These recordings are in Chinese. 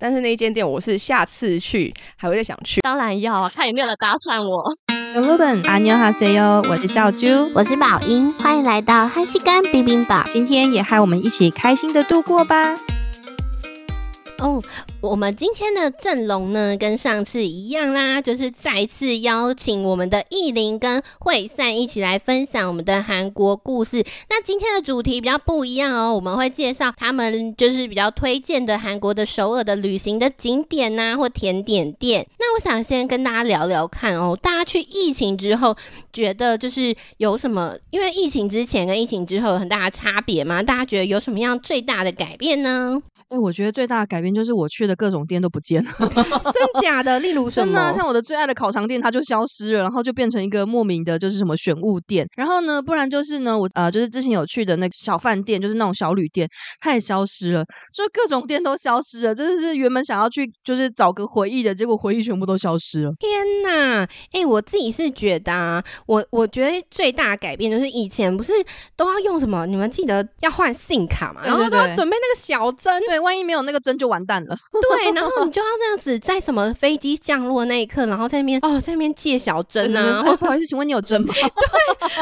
但是那一间店我是下次去还会再想去。当然要啊，看有没有人搭讪我。 Hello，阿妞哈 C 哟，我是小猪，我是宝英，欢迎来到汉西干冰冰堡。今天也和我们一起开心的度过吧。哦，我们今天的阵容呢，跟上次一样啦，就是再次邀请我们的艺林跟惠善一起来分享我们的韩国故事。那今天的主题比较不一样哦，我们会介绍他们就是比较推荐的韩国的首尔的旅行的景点呐、或甜点店。那我想先跟大家聊聊看哦，大家去疫情之后觉得就是有什么？因为疫情之前跟疫情之后有很大的差别嘛，大家觉得有什么样最大的改变呢？哎、我觉得最大的改变就是我去的各种店都不 见了，哦真假的？例如什真的啊、么？像我的最爱的烤肠店它就消失了，然后就变成一个莫名的，就是什么选物店。然后呢，不然就是呢，我呃，就是之前有去的那个小饭店，就是那种小旅店，它也消失了，就各种店都消失了，真的是原本想要去就是找个回忆的，结果回忆全部都消失了。天呐，哎、我自己是觉得啊，我我觉得最大的改变就是以前不是都要用什么？你们记得要换 SIM 卡嘛，对然后对都要对准备那个小针，对，万一没有那个针就完蛋了。对，然后你就要这样子在什么飞机降落那一刻，然后在那边哦，在那边借小针对对啊，对然 说哎后不好意思，请问你有针吗？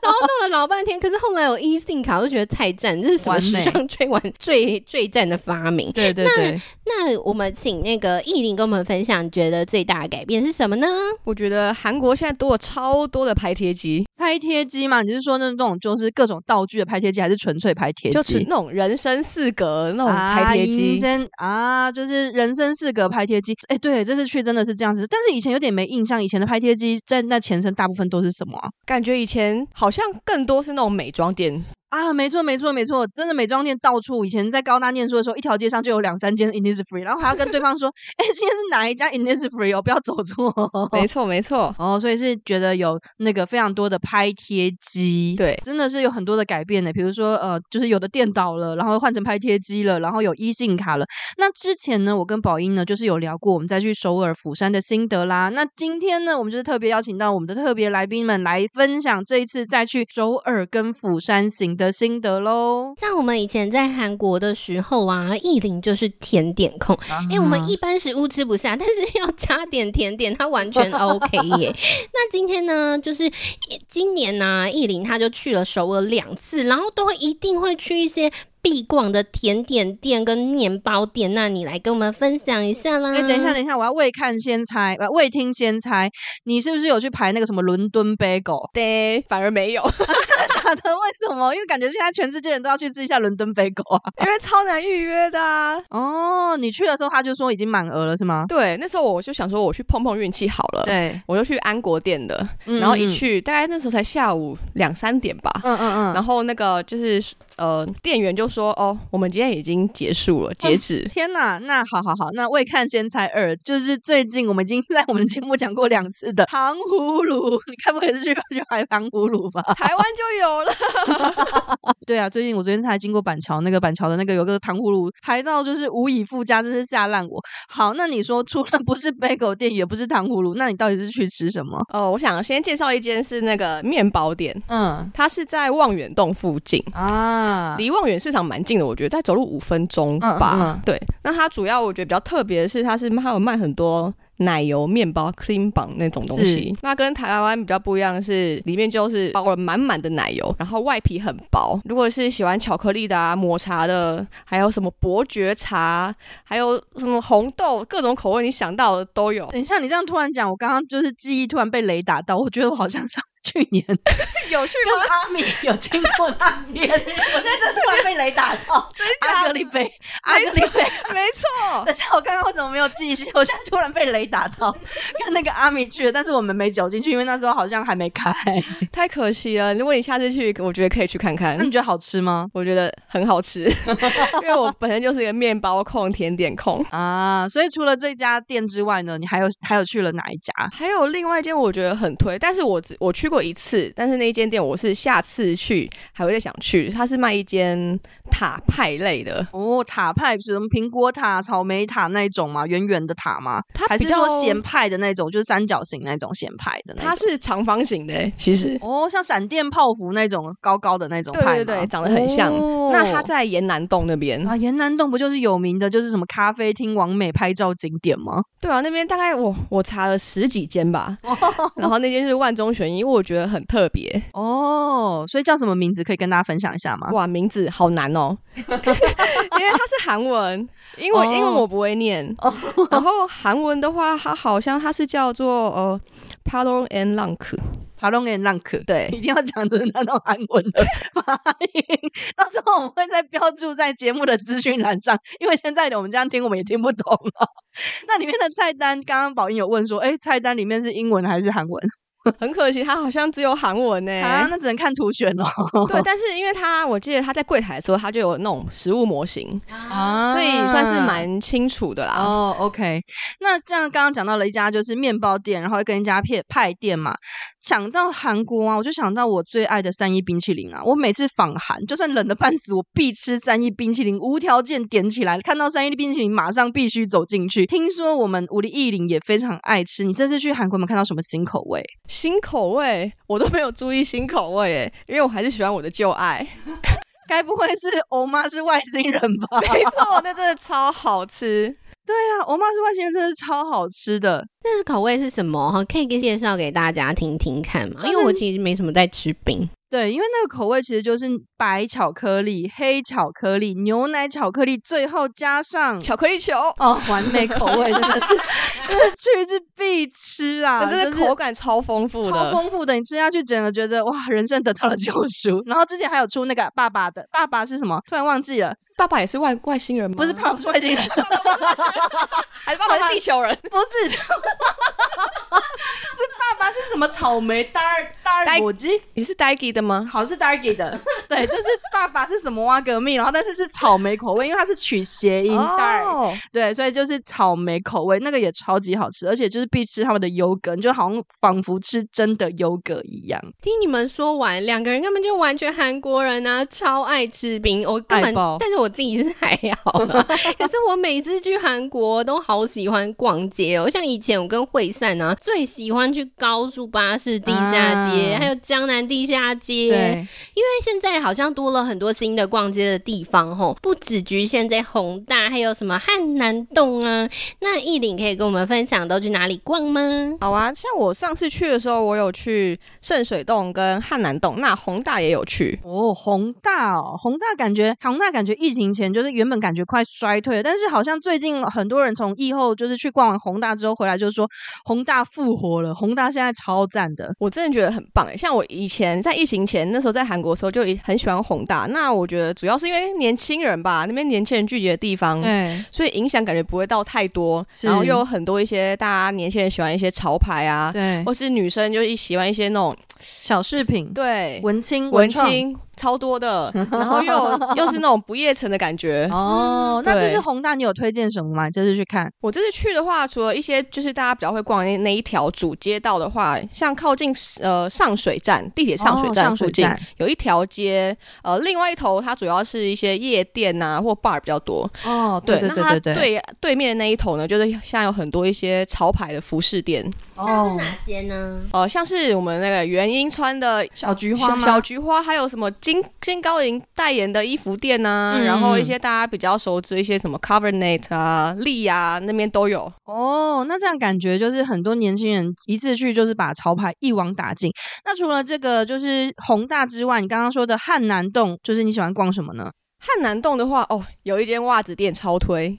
然后弄了老半天。可是后来有 e SIM 卡，我就觉得太赞，这是什么完史美上最完最最赞的发明？ 对对对。那我们请那个意林跟我们分享，你觉得最大的改变是什么呢？我觉得韩国现在多了超多的拍贴机，拍贴机嘛，你是说那种就是各种道具的拍贴机，还是纯粹拍贴机？就是那种人生四格那种拍贴啊、人机。生啊，就是人生四格拍贴机。哎、对，这次去真的是这样子，但是以前有点没印象，以前的拍贴机在那前身大部分都是什么啊？感觉以前好像更多是那种美妆店，啊，没错，没错，没错，真的美妆店到处。以前在高大念书的时候，一条街上就有两三间 Innisfree，然后还要跟对方说， 哎、今天是哪一家 Innisfree 哦，不要走错哦。没错没错。哦，所以是觉得有那个非常多的拍贴机，对真的是有很多的改变呢。比如说，呃，就是有的电倒了，然后换成拍贴机了，然后有 e 信卡了。那之前呢，我跟宝英呢，就是有聊过我们再去首尔、釜山的心得啦。那今天呢，我们就是特别邀请到我们的特别来宾们来分享这一次再去首尔跟釜山行的心得喽。像我们以前在韩国的时候啊，意林就是甜点控，嗯因为我们一般食物吃不下，但是要加点甜点，它完 全 OK 耶。那今天呢，就是今年呢、啊，意林他就去了首尔两次，然后都会一定会去一些必逛的甜点店跟面包店，那你来跟我们分享一下啦。哎、等一下，等一下，我要未看先猜，呃，未听先猜，你是不是有去排那个什么伦敦 bagel？对，反而 没有，假的？为什么？因为感觉现在全世界人都要去吃一下伦敦飞狗啊。因为超难预约的、啊。哦，你去的时候他就说已经满额了是吗？对，那时候我就想说，我去碰碰运气好了。。对，我就去安国店的，然后一，去，大概那时候才下午两三点吧。嗯嗯然嗯。后那个就是呃，店员就说：“哦，我们今天已经结束了，截止。天呐，那好好好，那未看先猜二，就是最近我们已经 在我们的节目讲过两次的糖葫芦，你该不会是去去排糖葫芦吧？台湾就有了，对啊，最近我昨天才经过板桥，那个板桥的那个有个糖葫芦，排到就是无以复加，真是吓烂我。好，那你说除了不是 bagel 店，也不是糖葫芦，那你到底是去吃什么？ 哦，我想先介绍一间是那个面包店，嗯它是在望远洞附近，啊，离望远市场蛮近的，我觉得在走路五分钟吧。嗯嗯嗯对，那它主要我觉得比较特别的是，它是它有卖很多奶油面包、cream 棒那种东西。那跟台湾比较不一样的是，里面就是包了满满的奶油，然后外皮很薄。如果是喜欢巧克力的啊、抹茶的，还有什么伯爵茶，还有什么红豆，各种口味你想到的都有。等一下，你这样突然讲，我刚刚就是记忆突然被雷打到，我觉得我好像上去年跟 有趣吗？阿米有经过那边， 我现在真的突然被雷打到， 真阿格里贝，阿格里贝。 没错，等一下，我刚刚为什么没有记性？我现在突然被雷打到，跟那个阿米去了，但是我们没走进去，因为那时候好像还没开。太可惜了。如果你下次去，我觉得可以去看看那。你觉得好吃吗？我觉得很好吃， 因为我本身就是一个面包控、甜点控。啊，所以除了这家店之外呢，你还有还有去了哪一家？还有另外一间我觉得很推，但是我只我去过一次，但是那一间店我是下次去还会再想去。它是卖一间塔派类的，哦，塔派是什么苹果塔、草莓塔那一种吗？圆圆的塔吗？它还比是较说咸派的那种，就是三角形那种咸派的那它种？是长方形的、欸，其实。哦，像闪电泡芙那种高高的那种对派对吗对，长得很像。哦那它在沿南洞那边，啊，沿南洞不就是有名的，就是什么咖啡厅完美拍照景点吗？对啊，那边大概我我查了十几间 吧，然后那间是万中选一，因为我觉得很特别。哦，所以叫什么名字？可以跟大家分享一下吗？哇，名字好难 哦，因为它是韩文，因为哦因为我不会念。然后韩文的话，它好像它是叫做呃 p a l o n and Lank，爬龙给浪可。对， 一定要讲的那种韩文的发音，到时候我们会再标注在节目的资讯栏上，因为现在的我们这样听我们也听不懂了。 那里面的菜单，刚刚宝英有问说，哎，菜单里面是英文还是韩文？很可惜它好像只有韩文呢、啊，那只能看图选了。对，但是因为它我记得它在柜台的时候，它就有那种食物模型，啊所以算是蛮清楚的啦。哦、o k 那这样刚刚讲到了一家就是面包店，然后跟一家片派店嘛。讲到韩国啊，我就想到我最爱的三一冰淇淋啊。我每次访韩，就算冷的半死，我必吃三一冰淇淋，无条件点起来。看到三一冰淇淋，马上必须走进去。听说我们武力艺林也非常爱吃。你这次去韩国有没有看到什么新口味？新口味我都没有注意新口味诶，因为我还是喜欢我的旧爱。该不会是 欧妈是外星人吧？ 没错，那真的超好吃。对啊，欧妈是外星人，真的是超好吃的。但是口味是什么？哈，可以介绍给大家听听看嘛？就是因为我其实没什么在吃冰，对，因为那个口味其实就是白巧克力、黑巧克力、牛奶巧克力，最后加上巧克力球，哦，完美口味，真 的是，真的去是必吃啊！但真就的是口感超丰富的，超丰富的，你吃下去整个觉得哇，人生得到了救赎。然后之前还有出那个爸爸的，爸爸是什么？突然忘记了，爸爸也是外外星人吗？不是爸爸是外星人， 还是爸爸是地球人？不 是，是爸爸是什么草莓大儿大呆耳果鸡？ 你是 Daggy 的吗？好是 Darky 的，对，就是爸爸是什么蛙革命，然后但是是草莓口味，因为它是取谐音 Dark，、哦，对，所以就是草莓口味，那个也超级好吃，而且就是必吃他们的优格，你就好像仿佛吃真的优格一样。听你们说完，两个人根本就完全韩国人啊，超爱吃冰。我根爱本爆，但是我自己是还 好啦，可是我每次去韩国都好喜欢逛街哦。像以前我跟惠善啊，最喜欢去高速巴士地下街，啊还有江南地下街。，因为现在好像多了很多新的逛街的地方吼，不只局限在宏大，还有什么汉南洞啊。那艺林可以跟我们分享都去哪里逛吗？好啊，像我上次去的时候，我有去圣水洞跟汉南洞，那宏大也有去。哦，宏大哦，宏大感觉，宏大感觉疫情前就是原本感觉快衰退了，但是好像最近很多人从疫后就是去逛完宏大之后回来，就是说宏大复活了，宏大现在超赞的。我真的觉得很棒诶，欸像我以前在疫情前那时候在韩国的时候，就很喜欢宏大。那我觉得主要是因为年轻人吧，那边年轻人聚集的地方，对，所以影响感觉不会到太多。是然后又有很多一些大家年轻人喜欢一些潮牌啊，对，或是女生就是喜欢一些那种哦小饰品，对文青，文创青超多 的，然后又有又是那种不夜城的感觉。哦，那这对次宏大你有推荐什么吗？你这次去看我这次去的话，除了一些就是大家比较会逛的那那一条主街道的话，像靠近呃上水站地铁上水哦站上附水近、站有一条街，呃，另外一头它主要是一些夜店啊或 bar 比较多。哦，对对那它对对，对对面的那一头呢，就是现在有很多一些潮牌的服饰店。像是哦哪些呢？呃，像是我们那个元英穿的小菊花小吗？小菊花，还有什么金金高银代言的衣服店呐、嗯然后一些大家比较熟知的一些什么 Covernet 啊、丽啊那边都有。哦，那这样感觉就是很多年轻人一次去就是把潮牌一网打尽。那除了这个就是宏大之外，你刚刚说的汉南洞，就是你喜欢逛什么呢？汉南洞的话，哦，有一间袜子店超推，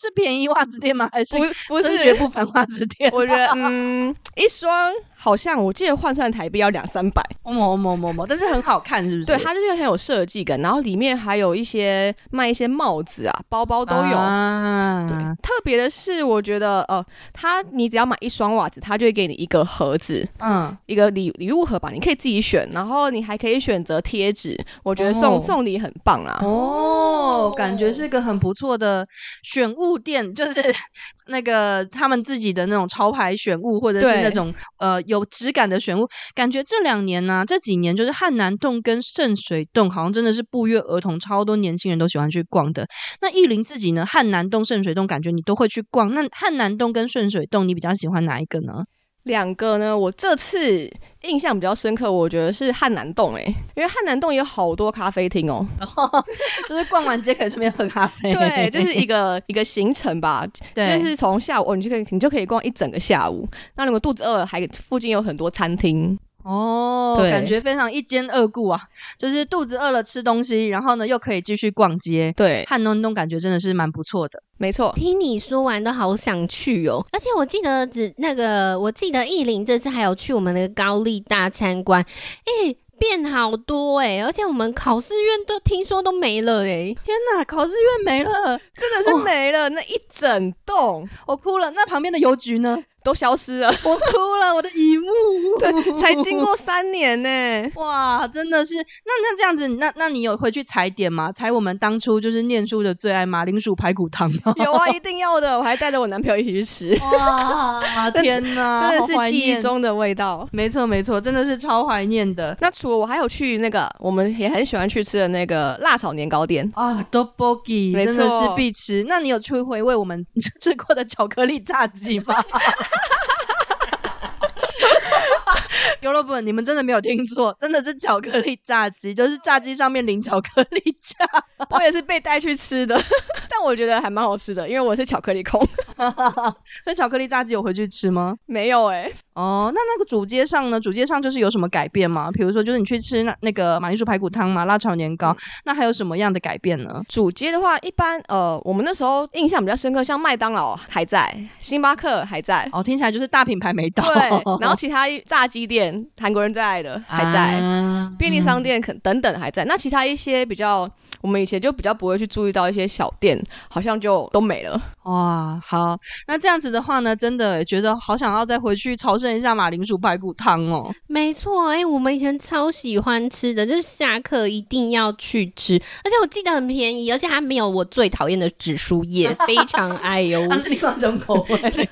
是便宜袜子店吗？还是不不真绝 是，不凡袜子店？我觉得嗯，一双好像我记得换算台币要两三百，某某某某某，但是很好看，是不是？对，它就是很有设计感，然后里面还有一些卖一些帽子啊、包包都有。啊对，特别的是，我觉得呃，它你只要买一双袜子，它就会给你一个盒子，嗯，一个礼礼物盒吧，你可以自己选，然后你还可以选择贴纸。我觉得送、哦送礼很棒啊。哦，感觉是个很不错的选物店，就是 那个他们自己的那种潮牌选物，或者是对那种呃有质感的选物。感觉这两年呢、这几年就是汉南洞跟圣水洞，好像真的是不约而同，超多年轻人都喜欢去逛的。那意林自己呢，汉南洞、圣水洞，感觉你都会去逛。那汉南洞跟圣水洞，你比较喜欢哪一个呢？两个呢，我这次印象比较深刻，我觉得是汉南洞哎、因为汉南洞有好多咖啡厅 哦、 就是逛完街可以顺便喝咖啡。对，就是一个 一个行程吧，对，就是从下午哦，你就可以你就可以逛一整个下午。那如果肚子饿，还附近有很多餐厅，哦，对感觉非常一兼二顾啊，就是肚子饿了吃东西，然后呢又可以继续逛街。对，汉东东感觉真的是蛮不错的，没错，听你说完都好想去哦，而且我记得只那个，我记得意林这次还有去我们的高丽大参观，诶、变好多诶、而且我们考试院都听说都没了诶、天哪，考试院没了，真的是没了、那一整栋我哭了。那旁边的邮局呢？都消失 了，我哭了，我的一幕。 对，才经过三年呢、哇，真的是。那那这样子，那那你有回去踩点吗？踩我们当初就是念书的最爱马铃薯排骨汤吗？有啊，一定要的，我还带着我男朋友一起去吃，哇，天 真哪，的啊好怀是记忆念。中的味道。没错没错，真的是超怀念的。那除了我还有去那个我们也很喜欢去吃的那个辣炒年糕 店，啊 d o b o g i 没真的是错必吃。那你有去回味我们 吃过的巧克力炸鸡吗？ 游乐本，你们真的没有听错，真的是巧克力炸鸡，就是炸鸡上面淋巧克力酱。我也是被带去吃的， 但我觉得还蛮好吃的，因为我是巧克力控。所以巧克力炸鸡有回去吃吗？没有哎、哦，那那个主街上呢？主街上就是有什么改变吗？比如说，就是你去吃那那个马铃薯排骨汤嘛，辣炒年嗯糕，那还有什么样的改变呢？主街的话，一般呃，我们那时候印象比较深刻，像麦当劳还在，星巴克还在，哦，听起来就是大品牌没到， 对，然后其他炸鸡店，韩国人最爱的还在，啊便利商店可等等还在。那其他一些比较，我们以前就比较不会去注意到一些小店，好像就都没了。哇，好，那这样子的话呢，真的觉得好想要再回去朝圣一下马铃薯排骨汤哦。没错，诶、我们以前超喜欢吃的，就是下课一定要去吃，而且我记得很便宜，而且它没有我最讨厌的紫苏叶，非常爱哦哟、我是另外一种口味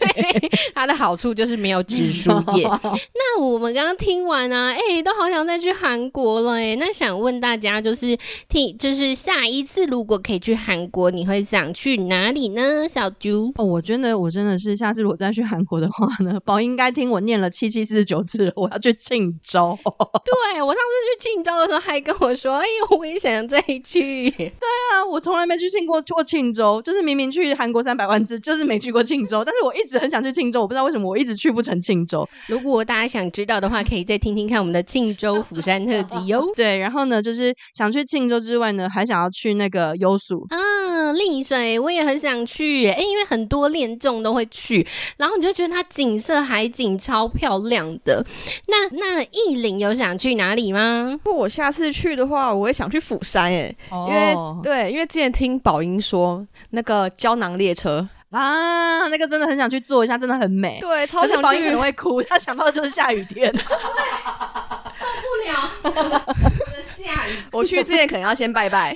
它的好处就是没有紫苏叶。那我们刚刚听完啊，哎、都好想再去韩国了哎、那想问大家，就是听，就是下一次如果可以去韩国，你会想去哪里呢？小 猪，哦。我觉得我真的是，下次如果再去韩国的话呢，宝应该听我念了七七四十九次了，我要去庆州。对我上次去庆州的时候还跟我说，哎、我也想再去。 对啊，我从来没去庆过过庆州，就是明明去韩国三百万次，就是没去过庆州。但是我一直很想去庆州，我不知道为什么我一直去不成庆州。如果大家想知道的话，可以再听听看我们的庆州釜山特辑哟。对，然后呢，就是想去庆州之外呢，还想要去那个优宿。啊，丽水我也很想去耶，哎、因为很多恋众都会去，然后你就觉得它景色海景超漂亮的。那那意林有想去哪里吗？不过我下次去的话，我会想去釜山哎、因为、哦对，因为之前听宝英说那个胶囊列车，啊，那个真的很想去做一下，真的很美。对，超哎可是想宝英可去能。会 哭，他想到的就是下雨天。 不了，我的下雨。 我去之前可能要先拜 拜，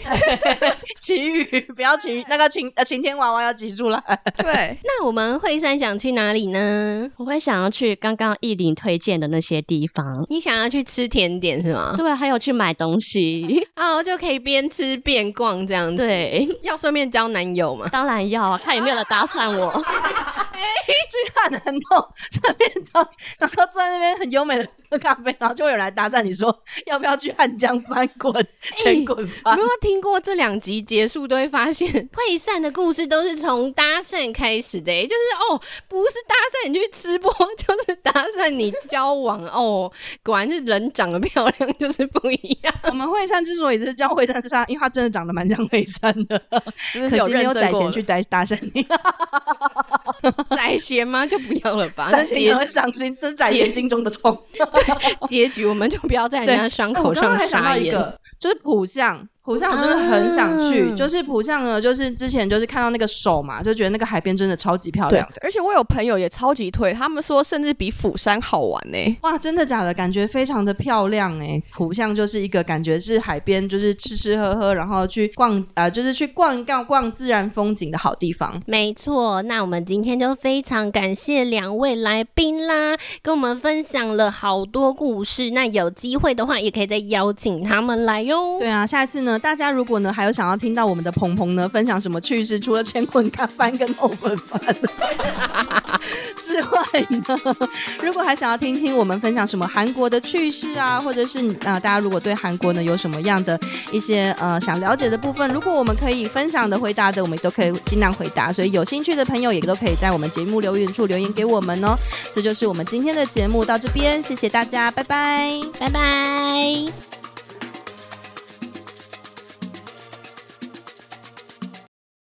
晴雨不要晴雨，那个晴呃晴天娃娃要挤出 来。对， 那我们惠山想去哪里呢？我会想要去刚刚意林推荐的那些地方， 你想要去吃甜点是吗？对，还有去买东西， 哦，就可以边吃边逛这样子。，对，要顺便交男友嘛。当然要啊，看有没有人搭讪我。去汉南洞这边找，然后坐在那边很优美的喝咖啡，然后就会有人来搭讪你说要不要去汉江翻 滚，全滚翻。如果听过这两集结束，都会发 现惠善的故事都是从搭讪开始的、就是哦，不是搭讪你去吃播，就是搭讪你交往哦。果然是人长得漂亮就是不一样，我们惠山之所以是叫惠山之上，因为他真的长得蛮像惠山的，真的可是有惜没认有真宰过贤的去搭搭讪你，宰贤吗？就不要了吧， 那宰贤结很会伤心，这是宰贤心中的 痛。结局我们就不要在人家伤哎我口刚刚上还想撒到一盐。个，就是浦项，浦项我真的很想去，啊就是浦项呢，就是之前就是看到那个手嘛，就觉得那个海边真的超级漂对亮的，，而且我有朋友也超级推，他们说甚至比釜山好玩呢、欸哇，真的假的？感觉非常的漂亮哎、浦项就是一个感觉是海边，就是吃吃喝喝，然后去逛呃，就是去逛逛逛自然风景的好地方。没错，那我们今天就非常感谢两位来宾啦，跟我们分享了好多故事。那有机会的话，也可以再邀请他们来哟。对啊，下一次呢，大家如果呢还有想要听到我们的鹏鹏呢分享什么趣事，除了前滚咖翻跟欧文翻之外呢，如果还想要听听我们分享什么韩国的趣事啊，或者是啊、大家如果对韩国呢有什么样的一些呃想了解的部分，如果我们可以分享的、回答的，我们都可以尽量回答。所以有兴趣的朋友也都可以在我们节目留言处留言给我们哦。这就是我们今天的节目到这边，谢谢大家，拜拜。拜拜。